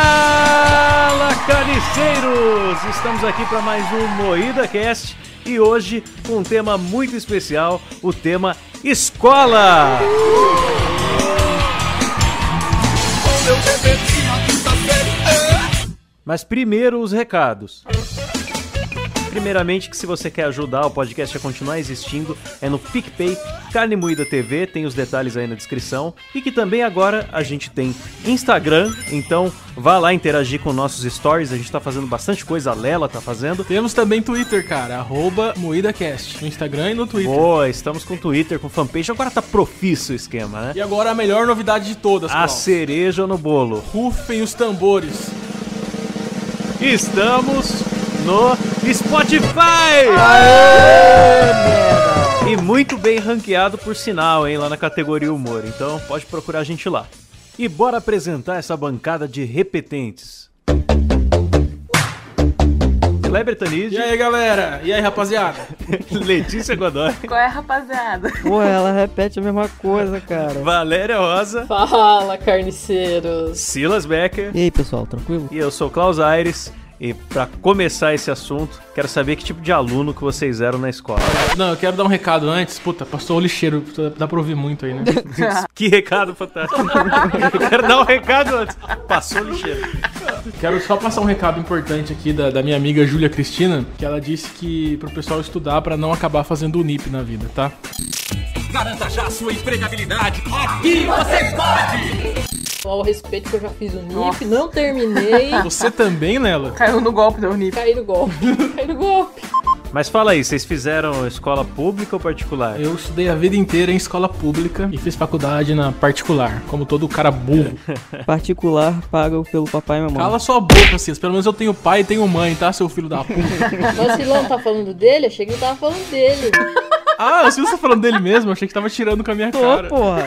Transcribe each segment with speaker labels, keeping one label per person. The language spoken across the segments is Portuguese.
Speaker 1: Fala carniceiros! Estamos aqui para mais um Moída Cast e hoje com um tema muito especial, o tema escola. Mas primeiro os recados. Primeiramente, que se você quer ajudar o podcast a continuar existindo, é no PicPay, Carne Moída TV, tem os detalhes aí na descrição. E que também agora a gente tem Instagram, então vá lá interagir com nossos stories, a gente tá fazendo bastante coisa, a Lela tá fazendo.
Speaker 2: Temos também Twitter, cara, arroba MoídaCast, no Instagram e no Twitter.
Speaker 1: Boa, estamos com Twitter, com fanpage, agora tá profício o esquema, né?
Speaker 2: E agora a melhor novidade de todas,
Speaker 1: A
Speaker 2: Clau.
Speaker 1: cereja no bolo.
Speaker 2: Rufem os tambores.
Speaker 1: Estamos no Spotify! E muito bem ranqueado por sinal, hein, lá na categoria humor. Então pode procurar a gente lá. E bora apresentar essa bancada de repetentes. Kleber
Speaker 2: E
Speaker 1: Tanid,
Speaker 2: aí, galera? E aí, rapaziada?
Speaker 1: Letícia Godoy,
Speaker 3: Qual é, rapaziada?
Speaker 4: Pô, ela repete a mesma coisa, cara.
Speaker 1: Valéria Rosa,
Speaker 5: Fala, carniceiros!
Speaker 1: Silas Becker
Speaker 4: E aí, pessoal, tranquilo?
Speaker 1: e eu sou Klaus Aires. E pra começar esse assunto, quero saber que tipo de aluno que vocês eram na escola.
Speaker 2: Não, eu quero dar um recado antes. Puta, passou o lixeiro, dá pra ouvir muito aí, né?
Speaker 1: Que recado fantástico. Eu quero dar um recado antes. Passou lixeiro.
Speaker 2: Quero só passar um recado importante aqui da, da minha amiga Júlia Cristina, que ela disse que pro pessoal estudar pra não acabar fazendo o NIP na vida, tá?
Speaker 5: Ao respeito que eu já fiz o NIP, não terminei,
Speaker 2: Você também, Nela?
Speaker 3: Caiu no golpe da Unip.
Speaker 5: caí no golpe. Caí no golpe.
Speaker 1: Mas fala aí, vocês fizeram escola pública ou particular?
Speaker 2: Eu estudei a vida inteira em escola pública e fiz faculdade na particular, como todo cara burro.
Speaker 4: Particular pago pelo papai e mamãe.
Speaker 2: Cala sua boca, Cis. Pelo menos eu tenho pai e tenho mãe, tá, seu filho da puta?
Speaker 5: Vacilão tá falando dele? Achei que ele tava falando dele.
Speaker 2: Ah, o Silas tá falando dele mesmo? Achei que tava tirando com a minha
Speaker 4: Tô,
Speaker 2: cara.
Speaker 4: porra.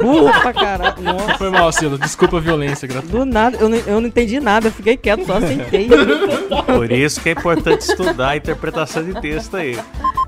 Speaker 4: Burro pra caralho. Nossa.
Speaker 2: Foi mal, Silas. Desculpa a violência, gratuita.
Speaker 4: Do nada, eu não, eu não entendi nada, eu fiquei quieto, só sentei.
Speaker 1: Por isso que é importante estudar a interpretação de texto aí.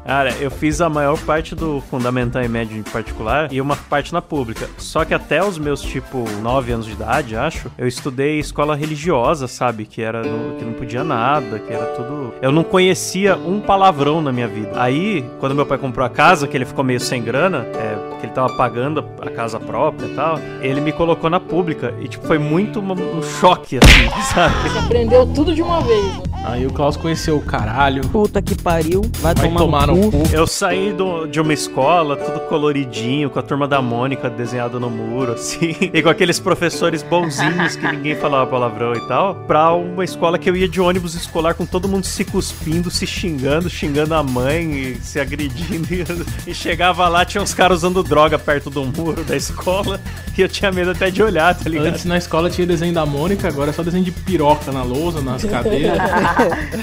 Speaker 1: Cara, eu fiz a maior parte do fundamental e médio em particular e uma parte na pública. Só que até os meus, tipo, 9 anos de idade, acho, eu estudei escola religiosa, sabe? Que era no- que não podia nada, que era tudo. Eu não conhecia um palavrão na minha vida. Aí, quando meu pai comprou a casa, que ele ficou meio sem grana, é, que ele tava pagando a casa própria e tal, ele me colocou na pública. E, tipo, foi muito uma- um choque, assim, sabe?
Speaker 5: Você aprendeu tudo de uma vez. né?
Speaker 2: Aí o Klaus conheceu o caralho.
Speaker 4: Puta que pariu. Vai,
Speaker 2: Vai tomar
Speaker 4: tomar, no cu.
Speaker 1: Eu saí do- de uma escola, tudo coloridinho, com a turma da Mônica desenhada no muro, assim, e com aqueles professores bonzinhos que ninguém falava palavrão e tal, pra uma escola que eu ia de ônibus escolar com todo mundo se cuspindo, se xingando, xingando a mãe e se agredindo. E, e chegava lá, tinha uns caras usando droga perto do muro da escola, e eu tinha medo até de olhar, tá ligado?
Speaker 2: Antes na escola tinha desenho da Mônica, agora é só desenho de piroca na lousa, nas cadeiras.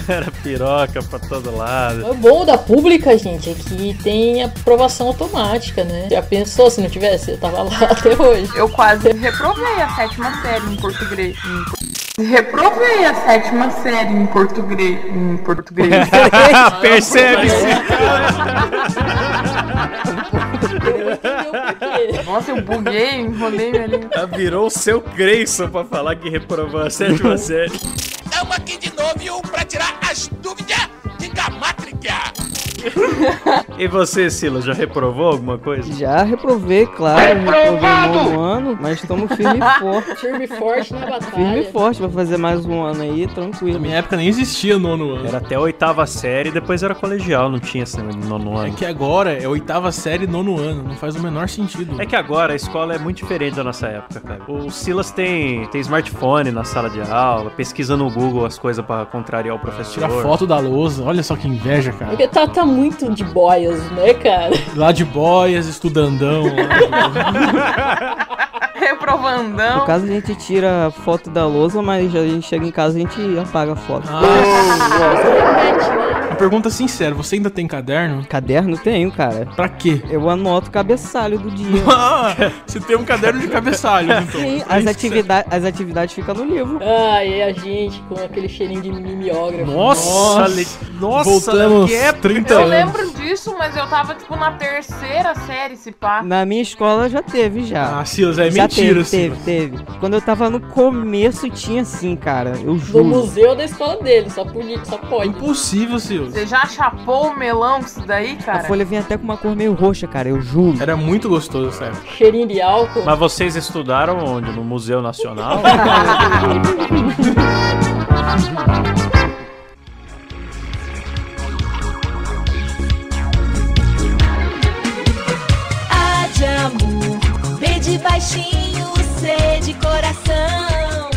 Speaker 1: Era piroca pra todo lado.
Speaker 5: O bom da pública, gente, é que tem aprovação automática, né? Já pensou se não tivesse? Eu tava lá até hoje.
Speaker 3: Eu quase reprovei a sétima série em português. Em por- Reprovei a sétima série em português. Em português.
Speaker 1: Percebe-se!
Speaker 5: Eu entendeu por quê.
Speaker 3: Nossa, eu buguei, enrolei minha língua.
Speaker 1: Ela Virou o seu Grayson pra falar que reprovou a sétima série.
Speaker 6: Estamos aqui de novo para tirar as dúvidas de gamátrica.
Speaker 1: E você, Sila, já reprovou alguma coisa?
Speaker 4: Já reprovei, claro, reprovei um ano, mas estamos firme e forte.
Speaker 5: Firme e forte na
Speaker 4: Firme e
Speaker 5: batalha.
Speaker 4: forte, vai fazer mais um ano aí,
Speaker 2: Na
Speaker 4: tranquilo.
Speaker 2: minha época nem existia nono ano.
Speaker 1: Era até a oitava série, depois era colegial, não tinha esse negócio de nono
Speaker 2: É
Speaker 1: ano.
Speaker 2: que agora é oitava série nono ano. Não faz o menor sentido.
Speaker 1: É que agora a escola é muito diferente da nossa época, cara. O Silas tem, tem smartphone na sala de aula, pesquisa no Google as coisas pra contrariar o professor.
Speaker 2: Tirar foto da lousa, olha só que inveja, cara.
Speaker 5: Porque tá, tá muito de boias, né, cara?
Speaker 2: Lá de boias, estudandão. lá.
Speaker 4: No
Speaker 3: Reprovandão.
Speaker 4: caso, a gente tira a foto da lousa, mas a gente chega em casa e a gente apaga a foto.
Speaker 2: Ah. Uma pergunta sincera, você ainda tem caderno?
Speaker 4: Caderno tenho, cara.
Speaker 2: Pra quê?
Speaker 4: Eu anoto o cabeçalho do dia.
Speaker 2: Ah, você tem um caderno de cabeçalho, então.
Speaker 4: Sim,
Speaker 2: É isso
Speaker 4: as,
Speaker 2: que
Speaker 4: atividade, as atividades ficam no livro.
Speaker 5: Ai, e a gente com aquele cheirinho de mimeógrafo.
Speaker 1: Nossa,
Speaker 2: Nossa,
Speaker 1: Le... nossa,
Speaker 2: voltamos
Speaker 1: que época. né?
Speaker 2: 30
Speaker 3: Eu
Speaker 2: anos.
Speaker 3: lembro disso, mas eu tava, tipo, na terceira série, se pá.
Speaker 4: Na minha escola já teve já.
Speaker 2: Ah, Silas, é
Speaker 4: já
Speaker 2: tiro,
Speaker 4: teve,
Speaker 2: assim.
Speaker 4: teve, teve. Quando eu tava no começo, tinha sim, cara. Eu
Speaker 5: Do
Speaker 4: juro.
Speaker 5: museu da escola dele, só podia, só pode.
Speaker 2: É Impossível, Silas.
Speaker 3: Você já chapou o melão com isso daí,
Speaker 4: A
Speaker 3: cara?
Speaker 4: folha vinha até com uma cor meio roxa, cara. Eu juro.
Speaker 2: Era muito gostoso essa época.
Speaker 5: Cheirinho de álcool.
Speaker 1: Mas vocês estudaram onde? No Museu Nacional?
Speaker 7: A de amor, B de baixinho, C de coração.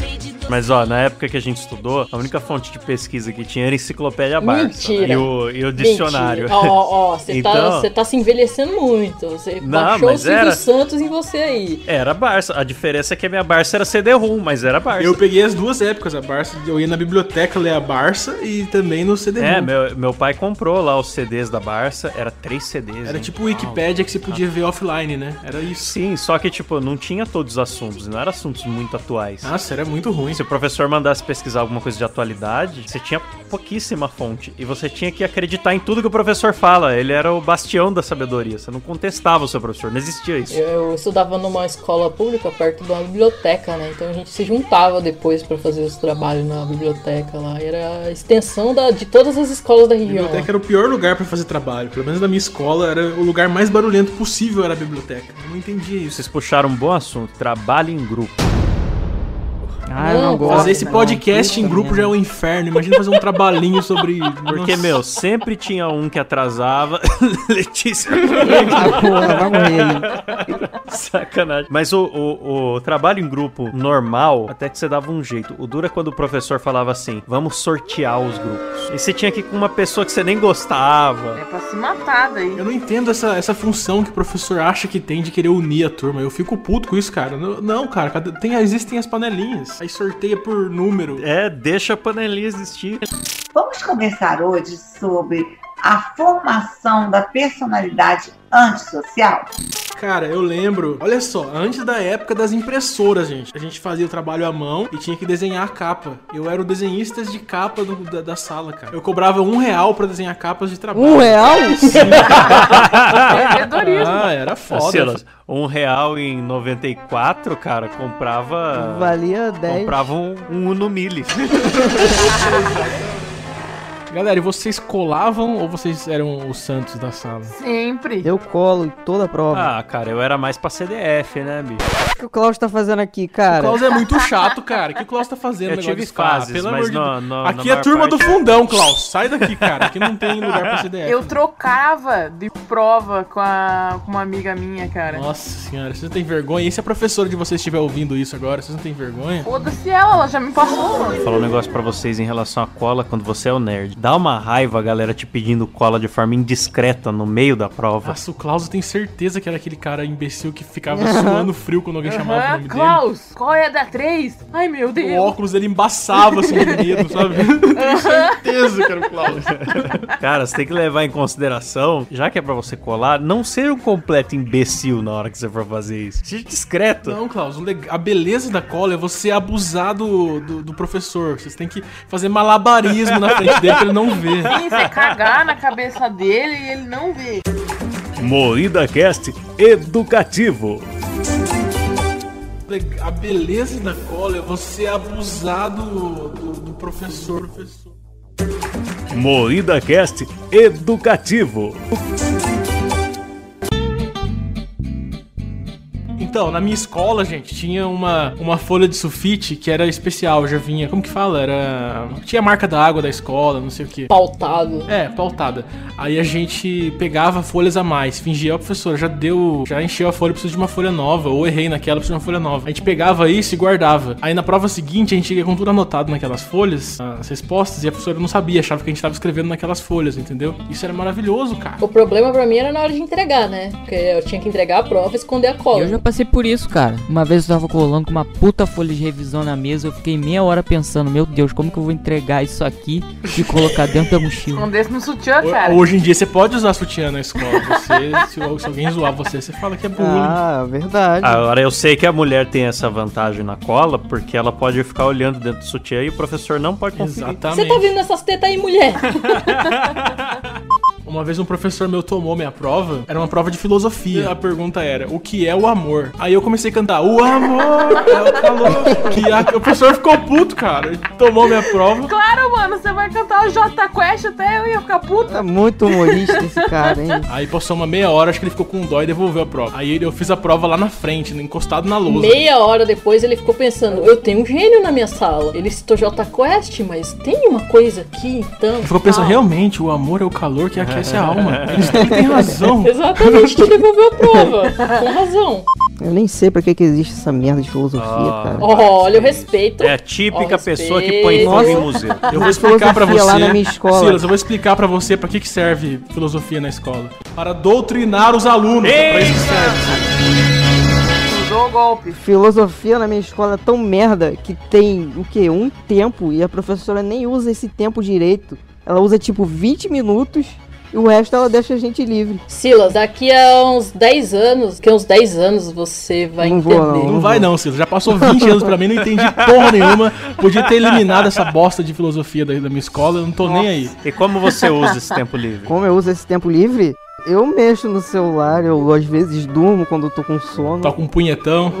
Speaker 7: B de doce.
Speaker 1: Mas ó, na época que a gente estudou, a única fonte de pesquisa que tinha era a Enciclopédia Barça. né?
Speaker 5: Mentira.
Speaker 1: E o, e o dicionário.
Speaker 5: Mentira. Ó, ó, você tá,
Speaker 1: Então-
Speaker 5: você tá se envelhecendo muito. Você
Speaker 1: Não,
Speaker 5: baixou o
Speaker 1: mas
Speaker 5: Silvio
Speaker 1: era-
Speaker 5: Santos em você aí.
Speaker 1: Era Barça. A diferença é que a minha Barça era CD-ROM, mas era Barça.
Speaker 2: Eu peguei as duas épocas, a Barça. Eu ia na biblioteca ler a Barça e também no CD.
Speaker 1: É, meu, meu pai comprou lá os CDs da Barça. Era três CDs.
Speaker 2: Era
Speaker 1: hein?
Speaker 2: tipo Wikipédia que você podia ver offline, né? Era isso.
Speaker 1: Sim, só que, tipo, não tinha todos os assuntos. Não eram assuntos muito atuais.
Speaker 2: Nossa, era muito ruim.
Speaker 1: Se o professor mandasse pesquisar alguma coisa de atualidade, você tinha pouquíssima fonte. E você tinha que acreditar em tudo que o professor fala. Ele era o bastião da sabedoria. Você não contestava o seu professor. Não existia isso.
Speaker 5: Eu, eu estudava numa escola pública perto de uma biblioteca, né? Então a gente se juntava depois pra fazer os trabalhos na biblioteca lá. E Era a extensão da- de todas as escolas da
Speaker 2: A
Speaker 5: região.
Speaker 2: biblioteca era o pior lugar pra fazer trabalho. Pelo menos na minha escola, era o lugar mais barulhento possível era a biblioteca. Eu não entendia isso.
Speaker 1: Vocês puxaram um bom assunto. Trabalho em grupo.
Speaker 4: Ah, eu não
Speaker 5: Não,
Speaker 4: gosto.
Speaker 2: Fazer esse
Speaker 4: não.
Speaker 2: podcast em
Speaker 4: Puta
Speaker 2: grupo já é
Speaker 4: merda.
Speaker 2: um inferno. Imagina fazer um trabalhinho sobre.
Speaker 1: Porque, meu, sempre tinha um que atrasava. Letícia.
Speaker 2: é um
Speaker 4: Ah, porra, vai morrer.
Speaker 1: Sacanagem. Mas o, o- o trabalho em grupo normal, até que você dava um jeito. O duro é quando o professor falava assim: vamos sortear os grupos. E você tinha que ir com uma pessoa que você nem gostava.
Speaker 3: É pra se matar daí.
Speaker 2: Eu não entendo essa, essa função que o professor acha que tem de querer unir a turma. Eu fico puto com isso, cara. Não, não, cara, cada- tem, existem as panelinhas. Aí sorteia por número.
Speaker 1: É, deixa a panelinha existir.
Speaker 8: Vamos conversar hoje sobre a formação da personalidade antissocial?
Speaker 2: Cara, eu lembro. Olha só, antes da época das impressoras, gente. A gente fazia o trabalho à mão e tinha que desenhar a capa. Eu era o desenhista de capa do- da, da sala, cara. Eu cobrava um real pra desenhar capas de trabalho.
Speaker 4: Um real?
Speaker 3: Empreendedorismo.
Speaker 2: Ah, era
Speaker 1: Foda.
Speaker 2: foda.
Speaker 1: um real em 94, cara,
Speaker 2: Ah.
Speaker 1: comprava.
Speaker 4: Valia 10.
Speaker 1: Comprava um, um Uno Mille.
Speaker 2: Galera, e vocês colavam ou vocês eram os santos da sala?
Speaker 3: Sempre.
Speaker 4: Eu colo em toda a prova.
Speaker 1: Ah, cara, eu era mais pra CDF, né, bicho?
Speaker 4: O que o Klaus tá fazendo aqui,
Speaker 2: O
Speaker 4: cara?
Speaker 2: Klaus é muito chato, cara. O que o Klaus tá fazendo?
Speaker 1: Eu
Speaker 2: no negócio
Speaker 1: tive
Speaker 2: de escola?
Speaker 1: fases, mas
Speaker 2: de
Speaker 1: na-
Speaker 2: Deus.
Speaker 1: na- na
Speaker 2: Aqui é a
Speaker 1: maior
Speaker 2: turma do
Speaker 1: parte-
Speaker 2: fundão, Klaus. Sai daqui, cara. Aqui não tem lugar pra CDF.
Speaker 3: Eu trocava de prova com, a, com uma amiga minha, cara.
Speaker 2: Nossa senhora, vocês não têm vergonha? E se a professora de vocês estiver ouvindo isso agora, vocês não têm vergonha?
Speaker 3: Foda-se ela, ela já me passou. uma.
Speaker 1: Vou falar um negócio pra vocês em relação à cola quando você é o nerd. Dá uma raiva a galera te pedindo cola de forma indiscreta no meio da prova.
Speaker 2: Nossa, o Klaus eu tenho certeza que era aquele cara imbecil que ficava suando frio quando alguém chamava o
Speaker 3: Aham,
Speaker 2: nome dele.
Speaker 3: Klaus, qual é a da 3? Ai meu
Speaker 2: O
Speaker 3: Deus.
Speaker 2: óculos dele embaçava assim de medo, sabe? Eu tenho certeza que era o Klaus.
Speaker 1: Cara, você tem que levar em consideração, já que é pra você colar, não ser um completo imbecil na hora que você for fazer isso. Seja discreto.
Speaker 2: Não, Klaus, o leg- a beleza da cola é você abusar do, do, do professor. Vocês têm que fazer malabarismo na frente dele pra ele não ver.
Speaker 3: Sim, você cagar na cabeça dele e ele não vê.
Speaker 1: Moída Cast Educativo.
Speaker 2: A beleza da cola é você abusar do, do, do professor. professor.
Speaker 1: Moída Cast Educativo.
Speaker 2: Então, na minha escola, gente, tinha uma, uma folha de sulfite que era especial, já vinha. Como que fala? Era. Tinha a marca da água da escola, não sei o quê.
Speaker 5: Pautado.
Speaker 2: É, pautada. Aí a gente pegava folhas a mais, fingia, ó, professora, já deu, já encheu a folha, preciso de uma folha nova, ou errei naquela, preciso de uma folha nova. A gente pegava isso e guardava. Aí na prova seguinte, a gente ia com tudo anotado naquelas folhas, as respostas, e a professora não sabia, achava que a gente tava escrevendo naquelas folhas, entendeu? Isso era maravilhoso, cara.
Speaker 5: O problema pra mim era na hora de entregar, né? Porque eu tinha que entregar a prova e esconder a cola.
Speaker 4: Eu já passei por isso, cara. Uma vez eu tava colando com uma puta folha de revisão na mesa, eu fiquei meia hora pensando, meu Deus, como que eu vou entregar isso aqui e colocar dentro da mochila?
Speaker 3: Escondesse no sutiã,
Speaker 2: Ho-
Speaker 3: cara.
Speaker 2: Hoje em dia você pode usar sutiã na escola. Você, se, se alguém zoar você, você fala que é bullying.
Speaker 4: Ah. verdade.
Speaker 1: Agora eu sei que a mulher tem essa vantagem na cola, porque ela pode ficar olhando dentro do
Speaker 5: tá
Speaker 1: sutiã e o professor não pode conferir.
Speaker 2: Exatamente.
Speaker 5: Você tá vendo essas tetas aí, mulher?
Speaker 2: Uma vez um professor meu tomou minha prova, era uma prova de filosofia. A pergunta era: o que é o amor? Aí eu comecei a cantar: o amor é o calor. E a, o professor ficou puto, cara. Ele tomou minha prova.
Speaker 3: Claro, mano, você vai cantar o Jota Quest até eu ia ficar puta.
Speaker 4: É muito humorista esse cara, hein?
Speaker 2: Aí passou uma meia hora, acho que ele ficou com dó e devolveu a prova. Aí ele- eu fiz a prova lá na frente, encostado na lousa.
Speaker 5: Meia hora depois ele ficou pensando, eu tenho um gênio na minha sala. Ele citou J Quest, mas tem uma coisa aqui então.
Speaker 2: Ele Ficou pensando,
Speaker 5: tal.
Speaker 2: realmente, o amor é o calor que aquece a alma. Eles têm têm razão.
Speaker 5: Exatamente, que devolveu a prova. Com razão.
Speaker 4: Eu nem sei pra que, que existe essa merda de filosofia,
Speaker 1: Ah.
Speaker 4: cara.
Speaker 5: Olha, eu respeito.
Speaker 1: É a típica
Speaker 5: Ó,
Speaker 1: pessoa que põe fogo em museu.
Speaker 2: Eu vou explicar pra você.
Speaker 4: Filosofia lá na minha escola.
Speaker 2: Silas, eu vou explicar pra você pra que, que serve filosofia na escola. Para doutrinar os alunos. É pra isso que serve.
Speaker 3: Usou o golpe.
Speaker 4: Filosofia na minha escola é tão merda que tem o quê? Um tempo e a professora nem usa esse tempo direito. Ela usa tipo 20 minutos e o resto ela deixa a gente livre.
Speaker 5: Silas, daqui a uns 10 anos, que uns 10 anos você vai
Speaker 4: Não vou,
Speaker 5: entender.
Speaker 2: Não vai não, Silas. Já passou 20 anos pra mim, não entendi porra nenhuma. Podia ter eliminado essa bosta de filosofia da, da minha escola, eu não tô nem aí.
Speaker 1: E como você usa esse tempo livre?
Speaker 4: Como eu uso esse tempo livre, eu mexo no celular, eu às vezes durmo quando eu tô com sono.
Speaker 2: Toca um punhetão.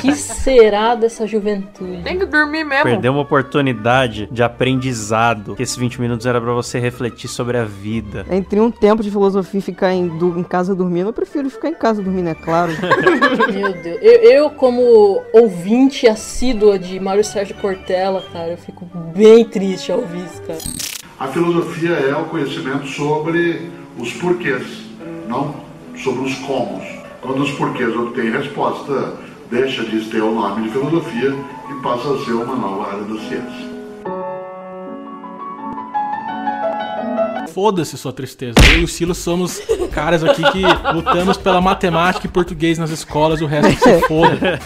Speaker 5: Que será dessa juventude?
Speaker 3: Tem que dormir mesmo.
Speaker 1: Perdeu uma oportunidade de aprendizado. Que esses 20 minutos era pra você refletir sobre a vida.
Speaker 4: Entre um tempo de filosofia e ficar em, du- em casa dormindo, eu prefiro ficar em casa dormindo, é claro.
Speaker 5: Meu Deus. Eu, eu, como ouvinte assídua de Mário Sérgio Cortella, cara, eu fico bem triste ao ouvir isso, cara.
Speaker 9: A filosofia é o conhecimento sobre os porquês, não sobre os comos. Quando os porquês obtêm resposta, deixa de ter o nome de filosofia e passa a ser uma nova área da ciência.
Speaker 2: Foda-se sua tristeza. Eu e o Silas somos caras aqui que lutamos pela matemática e português nas escolas, o resto que se foda.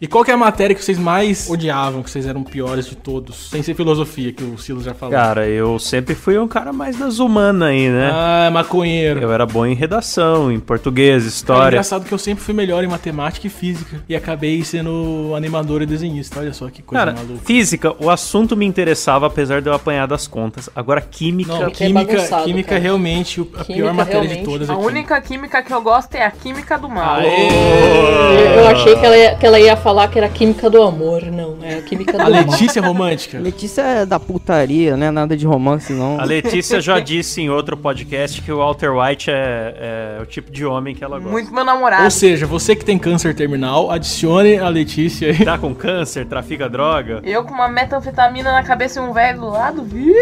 Speaker 2: E qual que é a matéria que vocês mais odiavam, que vocês eram piores de todos? Sem ser filosofia, que o Silas já falou.
Speaker 1: Cara, eu sempre fui um cara mais das humanas aí, Ah, né?
Speaker 2: Ah, maconheiro.
Speaker 1: Eu era bom em redação, em português,
Speaker 2: É
Speaker 1: história.
Speaker 2: engraçado que eu sempre fui melhor em matemática e física. E acabei sendo animador e desenhista. Olha só que coisa
Speaker 1: Cara,
Speaker 2: maluca.
Speaker 1: física, o assunto me interessava, apesar de eu apanhar das contas. Agora, química.
Speaker 2: Não,
Speaker 5: Química é
Speaker 2: química,
Speaker 5: bagunçado,
Speaker 2: química é
Speaker 5: cara.
Speaker 2: realmente o- a
Speaker 5: Química
Speaker 2: pior matéria de
Speaker 5: realmente.
Speaker 2: todas
Speaker 3: A
Speaker 2: aqui.
Speaker 3: única química que eu gosto é a química do mal.
Speaker 5: Eu, eu achei que ela, ia, que ela ia falar que era a química do amor. Não, é a química do
Speaker 2: A
Speaker 5: amor.
Speaker 2: Letícia é romântica.
Speaker 4: Letícia é da putaria, né? Nada de romance, não.
Speaker 1: A Letícia já disse em outro podcast que o Walter White é, é o tipo de homem que ela gosta.
Speaker 3: Muito meu namorado.
Speaker 2: Ou seja, você que tem câncer terminal, adicione a Letícia aí.
Speaker 1: Tá com câncer, trafica droga.
Speaker 3: Eu com uma metanfetamina na cabeça e um velho do lado, vixe.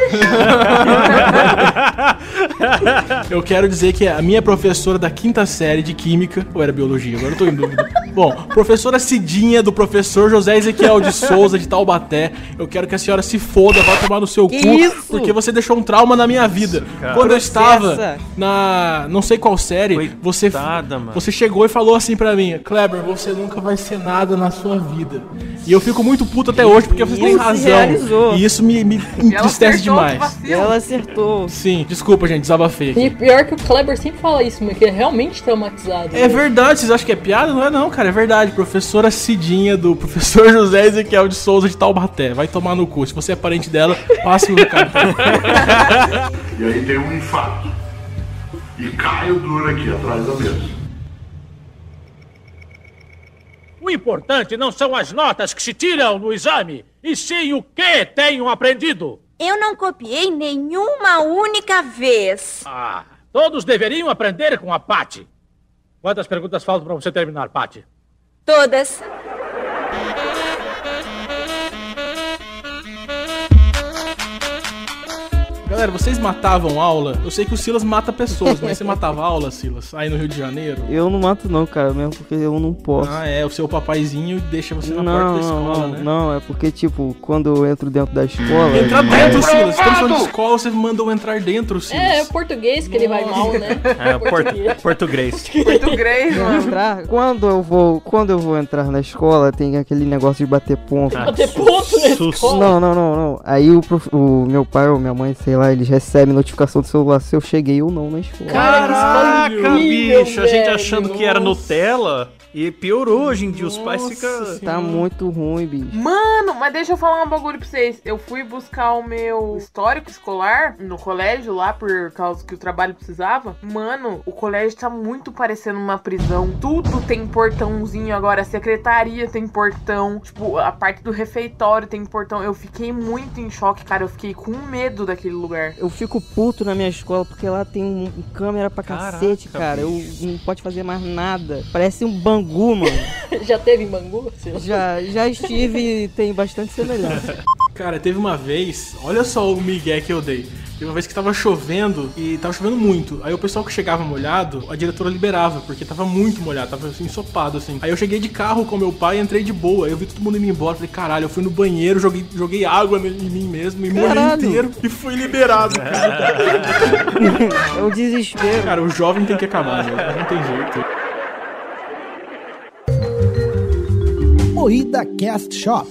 Speaker 2: Eu quero dizer que a minha professora da quinta série de Química, ou era Biologia, agora eu tô em dúvida. Bom, professora Cidinha, do professor José Ezequiel de Souza, de Taubaté, eu quero que a senhora se foda, vá tomar no seu
Speaker 4: Que
Speaker 2: cu,
Speaker 4: isso?
Speaker 2: porque você deixou um trauma na minha vida. Quando eu estava
Speaker 4: Processa.
Speaker 2: na não sei qual série, você,
Speaker 1: Coitada, mano.
Speaker 2: você chegou e falou assim pra mim, Kleber, você nunca vai ser nada na sua vida. E eu fico muito puto até hoje, porque você tem
Speaker 4: se
Speaker 2: razão.
Speaker 4: realizou.
Speaker 2: E isso me, me entristece
Speaker 3: acertou outro
Speaker 2: demais.
Speaker 3: vacilo.
Speaker 4: Ela acertou.
Speaker 2: Sim, desculpa, gente, desabafei aqui.
Speaker 5: E pior que o Kleber sempre fala isso, porque é realmente traumatizado. né?
Speaker 2: É verdade, vocês acham que é piada? Não é não, cara, é verdade. Professora Cidinha do professor José Ezequiel de Souza de Taubaté. Vai tomar no cu. Se você é parente dela, passa o recado. pra ela.
Speaker 9: E aí tem um infarto. E Caio dura aqui atrás da mesa.
Speaker 10: O importante não são as notas que se tiram no exame, e sim o que tenham aprendido.
Speaker 7: Eu não copiei nenhuma única vez.
Speaker 10: Ah, todos deveriam aprender com a Pati. Quantas perguntas faltam para você terminar, Pati?
Speaker 7: Todas.
Speaker 2: Galera, vocês matavam aula? Eu sei que o Silas mata pessoas, mas você matava aula, Silas? Aí no Rio de Janeiro?
Speaker 4: Eu não mato não, cara, mesmo porque eu não posso.
Speaker 2: Ah, é, o seu papaizinho deixa você na
Speaker 4: não,
Speaker 2: porta da
Speaker 4: não,
Speaker 2: escola,
Speaker 4: não,
Speaker 2: né?
Speaker 4: não, é porque, tipo, quando eu entro dentro da escola.
Speaker 2: Entrar dentro, Silas. Estamos falando de escola, você mandou entrar dentro, Silas.
Speaker 5: É, é o português que ele vai mal, né?
Speaker 1: É, por, português.
Speaker 3: Muito grande, mano.
Speaker 4: entrar- quando eu vou, quando eu vou entrar na escola, tem aquele negócio
Speaker 1: Ah,
Speaker 2: Ah,
Speaker 4: de bater ponto.
Speaker 5: Bater ponto na
Speaker 1: Sus-
Speaker 5: escola.
Speaker 4: Não, não, não, não. Aí o, prof- o meu pai ou minha mãe, sei
Speaker 11: celular,
Speaker 4: lá,
Speaker 11: eles recebem notificação do celular se eu cheguei ou não na escola.
Speaker 1: Caraca,
Speaker 5: incrível,
Speaker 1: bicho, a gente
Speaker 5: velho,
Speaker 1: achando que era Nutella e piorou hoje em dia. Os pais
Speaker 11: Nossa
Speaker 1: ficam.
Speaker 11: Tá muito ruim, bicho.
Speaker 3: Mano, mas deixa eu falar um bagulho pra vocês. Eu fui buscar o meu histórico escolar no colégio lá por causa que o trabalho precisava. Mano, o colégio tá muito parecendo uma prisão. Tudo tem portãozinho agora. A secretaria tem portão. Tipo, a parte do refeitório tem portão. Eu fiquei muito em choque, cara. Eu fiquei com medo daquele lugar.
Speaker 11: Eu fico puto na minha escola porque lá tem um, um câmera pra cacete, cara. Eu não pode fazer mais nada. Parece um bangu, mano.
Speaker 5: né? Já teve em Bangu?
Speaker 11: já, já estive e tem bastante semelhança.
Speaker 2: Cara, teve uma vez, olha só o migué que eu dei. Teve uma vez que tava chovendo e tava chovendo muito. Aí o pessoal que chegava molhado, a diretora liberava, porque tava muito molhado, tava assim, ensopado assim. Aí eu cheguei de carro com meu pai, entrei de boa. Aí eu vi todo mundo indo embora. Falei, caralho, eu fui no banheiro, joguei, joguei água em mim mesmo, me molhei
Speaker 11: Caralho.
Speaker 2: inteiro e fui liberado. Cara.
Speaker 11: É um desespero.
Speaker 2: Cara, o jovem tem que acabar, né? Não tem jeito.
Speaker 12: Moída Cast Shop.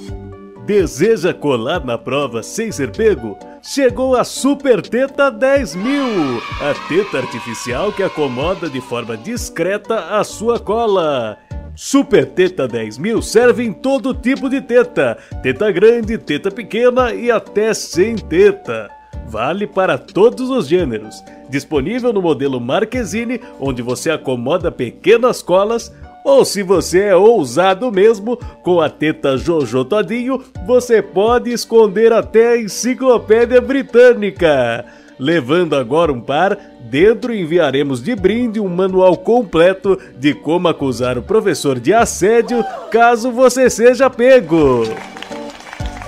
Speaker 13: Deseja colar na prova sem ser pego? Chegou a Super Teta 10 mil! A teta artificial que acomoda de forma discreta a sua cola. Super Teta 10 mil serve em todo tipo de teta: teta grande, teta pequena e até sem teta. Vale para todos os gêneros. Disponível no modelo Marquezine, onde você acomoda pequenas colas. Ou se você é ousado mesmo, com a teta Jojo Todinho, você pode esconder até a enciclopédia britânica. Levando agora um par, dentro enviaremos de brinde um manual completo de como acusar o professor de assédio caso você seja pego.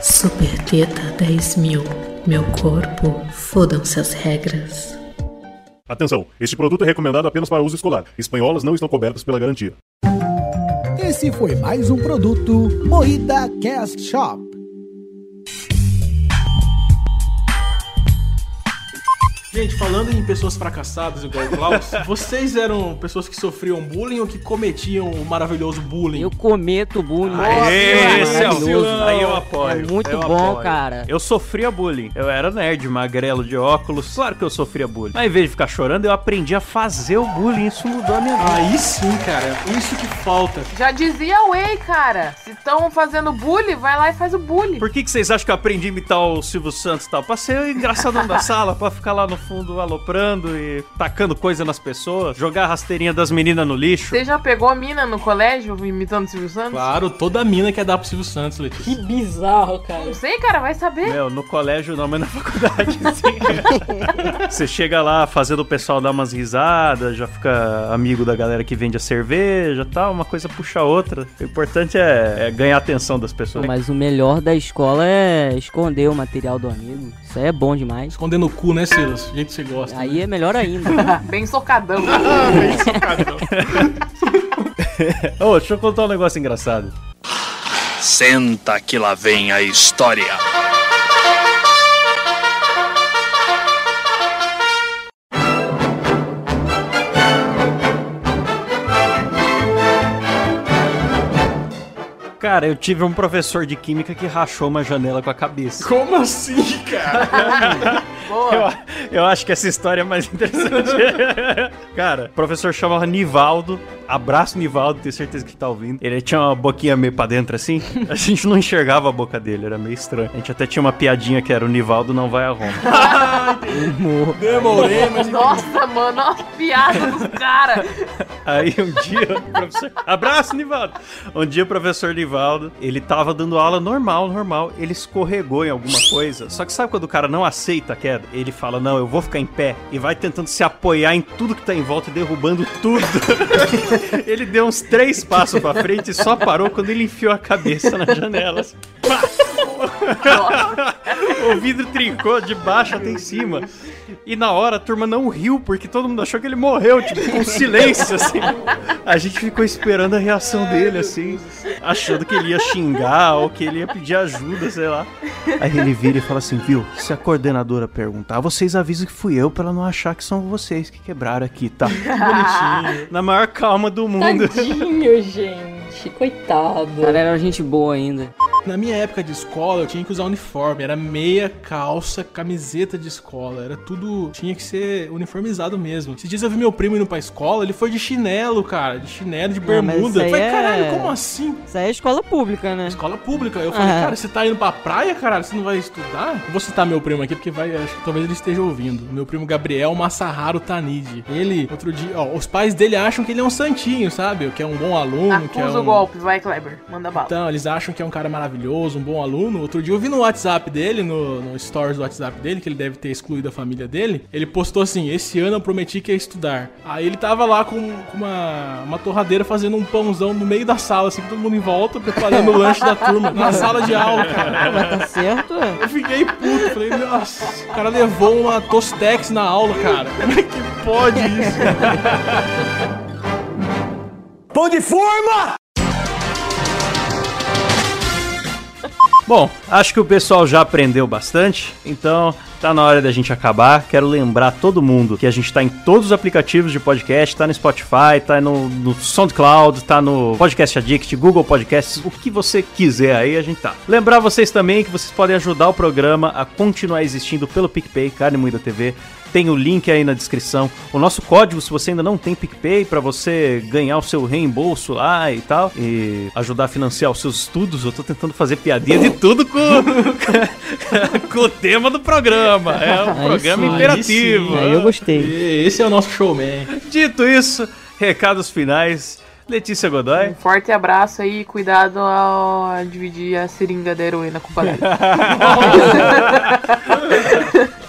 Speaker 14: Super Teta 10 mil. Meu corpo, fodam-se as regras.
Speaker 15: Atenção, este produto é recomendado apenas para uso escolar. Espanholas não estão cobertas pela garantia.
Speaker 12: Esse foi mais um produto Moída Cast Shop.
Speaker 2: Gente, falando em pessoas fracassadas igual o Klaus, vocês eram pessoas que sofriam bullying ou que cometiam o maravilhoso bullying? Eu
Speaker 4: cometo bullying.
Speaker 1: Esse é o-
Speaker 4: maravilhoso.
Speaker 1: Aí eu apoio.
Speaker 4: É muito
Speaker 1: eu
Speaker 4: bom,
Speaker 1: apoio.
Speaker 4: cara.
Speaker 1: Eu sofria bullying. Eu era nerd, magrelo de óculos. Claro que eu sofria bullying. Mas em vez de ficar chorando, eu aprendi a fazer o bullying. Isso mudou a minha vida.
Speaker 2: Aí sim, cara. Isso que falta.
Speaker 3: Já dizia o Way, cara. Se estão fazendo bullying, vai lá e faz o bullying.
Speaker 1: Por que, que vocês acham que eu aprendi a imitar o Silvio Santos e tal? Pra ser o engraçadão da sala, pra ficar lá no fundo aloprando e tacando coisa nas pessoas, jogar a rasteirinha das meninas no lixo.
Speaker 3: Você já pegou a mina no colégio imitando o Silvio Santos?
Speaker 2: Claro, toda mina quer dar pro Silvio Santos, Letícia.
Speaker 5: Que bizarro, cara.
Speaker 3: Não sei, cara, vai saber.
Speaker 1: Meu, no colégio não, mas na faculdade sim. Você chega lá fazendo o pessoal dar umas risadas, já fica amigo da galera que vende a cerveja e tal, uma coisa puxa a outra. O importante é, é ganhar a atenção das pessoas.
Speaker 4: Mas o melhor da escola é esconder o material do amigo. Isso aí é bom demais.
Speaker 2: Esconder no cu, né, Silas? Do jeito que você gosta. né?
Speaker 4: Aí é melhor ainda.
Speaker 3: Bem socadão.
Speaker 1: Ô, deixa eu contar um negócio engraçado.
Speaker 16: Senta que lá vem a história.
Speaker 1: Cara, eu tive um professor de química que rachou uma janela com a cabeça.
Speaker 2: Como assim, cara?
Speaker 1: Eu, eu acho que essa história é mais interessante. Cara, o professor chamava Nivaldo. Abraço, Nivaldo, tenho certeza que tá ouvindo. Ele tinha uma boquinha meio pra dentro assim. A gente não enxergava a boca dele, era meio estranho. A gente até tinha uma piadinha que era o Nivaldo não vai a Roma. Humor.
Speaker 2: Demorei, mas.
Speaker 3: Nossa, mano, olha as piadas dos caras.
Speaker 1: Aí um dia, o professor... abraço, Nivaldo. Um dia o professor Nivaldo, ele tava dando aula normal, normal. Ele escorregou em alguma coisa. Só que sabe quando o cara não aceita a queda? Ele fala: "Não, eu vou ficar em pé" e vai tentando se apoiar em tudo que tá em volta e derrubando tudo. ele deu uns três passos pra frente e só parou quando ele enfiou a cabeça na janela. assim. Pá! o vidro trincou de baixo até em cima. E na hora a turma não riu, porque todo mundo achou que ele morreu, tipo, com silêncio, assim. A gente ficou esperando a reação dele, assim, achando que ele ia xingar ou que ele ia pedir ajuda, sei lá. Aí ele vira e fala assim, viu, se a coordenadora perguntar, vocês avisam que fui eu pra ela não achar que são vocês que quebraram aqui, tá? Bonitinho. Na maior calma do mundo.
Speaker 5: Tadinho, gente. Coitado.
Speaker 4: O cara era gente boa ainda.
Speaker 2: Na minha época de escola, eu tinha que usar uniforme. Era meia, calça, camiseta de escola. Era tudo. Tinha que ser uniformizado mesmo. Esses dias eu vi meu primo indo pra escola, ele foi de chinelo, cara. De chinelo, de
Speaker 4: Ah, mas isso
Speaker 2: bermuda. Eu
Speaker 4: aí
Speaker 2: falei,
Speaker 4: é-
Speaker 2: caralho, como assim?
Speaker 4: Isso aí é escola pública, né?
Speaker 2: Escola pública. Eu falei,
Speaker 4: Ah.
Speaker 2: cara, você tá indo pra praia, caralho? Você não vai estudar? Eu Vou citar meu primo aqui, porque vai, acho que talvez ele esteja ouvindo. Meu primo Gabriel Massaharo Tanide. Ele, outro dia, ó, os pais dele acham que ele é um santinho, sabe? Que é um bom aluno, que é
Speaker 3: Acusa
Speaker 2: um...
Speaker 3: o golpe, vai, Kleber. Manda bala.
Speaker 2: Então, eles acham que é um cara maravilhoso, um bom aluno. Outro dia eu vi no WhatsApp dele, no, no stories do WhatsApp dele, que ele deve ter excluído a família dele. Ele postou assim: Esse ano eu prometi que ia estudar. Aí ele tava lá com, com uma, uma torradeira fazendo um pãozão no meio da sala, assim, com todo mundo em volta, preparando o lanche da turma, na sala de aula, cara.
Speaker 4: Mas tá certo, é?
Speaker 2: Eu fiquei puto, falei, nossa, o cara levou uma Tostex na aula, cara. Como é que pode isso? Pão de forma!
Speaker 1: Bom, acho que o pessoal já aprendeu bastante, então tá na hora da gente acabar. Quero lembrar todo mundo que a gente tá em todos os aplicativos de podcast, tá no Spotify, tá no, no SoundCloud, tá no Podcast Addict, Google Podcasts, o que você quiser aí a gente tá. Lembrar vocês também que vocês podem ajudar o programa a continuar existindo pelo PicPay, Carne Moída TV. Tem o link aí na descrição. O nosso código, se você ainda não tem PicPay, pra você ganhar o seu reembolso lá e tal, e ajudar a financiar os seus estudos. Eu tô tentando fazer piadinha de tudo com, com o tema do programa. É um
Speaker 2: Aí
Speaker 1: programa
Speaker 2: sim,
Speaker 1: imperativo.
Speaker 2: aí sim, aí eu
Speaker 1: gostei.
Speaker 2: Esse é o nosso showman.
Speaker 1: Dito isso, recados finais. Letícia Godoy.
Speaker 3: Forte abraço aí, cuidado ao dividir a seringa da heroína com o barulho.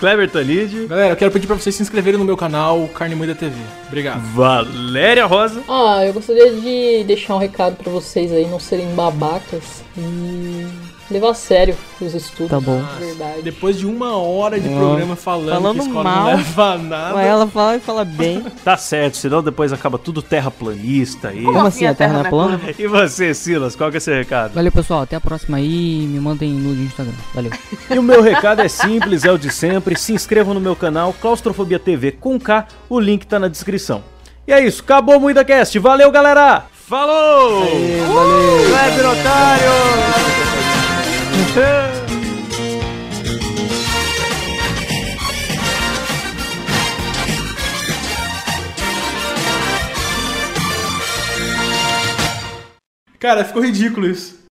Speaker 1: Kleber Tanid.
Speaker 2: Galera, eu quero pedir pra vocês se inscreverem no meu canal, Carne Moída TV. Obrigado.
Speaker 1: Valéria Rosa.
Speaker 5: Ah, eu gostaria de deixar um recado pra vocês aí, não serem babacas e levar a sério os estudos.
Speaker 4: Tá bom.
Speaker 5: de Verdade.
Speaker 2: Depois de uma hora de
Speaker 4: Ó,
Speaker 2: programa falando,
Speaker 4: falando
Speaker 2: que a escola
Speaker 4: mal.
Speaker 2: não leva a nada.
Speaker 4: Mas ela fala e fala bem.
Speaker 1: Tá certo, senão depois acaba tudo terraplanista aí.
Speaker 4: Como assim, a
Speaker 3: né,
Speaker 4: Terra não é plana?
Speaker 1: E você, Silas, qual que é o seu recado?
Speaker 4: Valeu, pessoal. Até a próxima aí. Me mandem nude no Instagram. Valeu.
Speaker 1: E o meu recado é simples, é o de sempre. Se inscrevam no meu canal Claustrofobia TV com K, o link tá na descrição. E é isso, acabou o MuidaCast. Valeu, galera! Falou!
Speaker 4: valeu!
Speaker 1: Kleber Otário!
Speaker 2: Cara, ficou ridículo isso.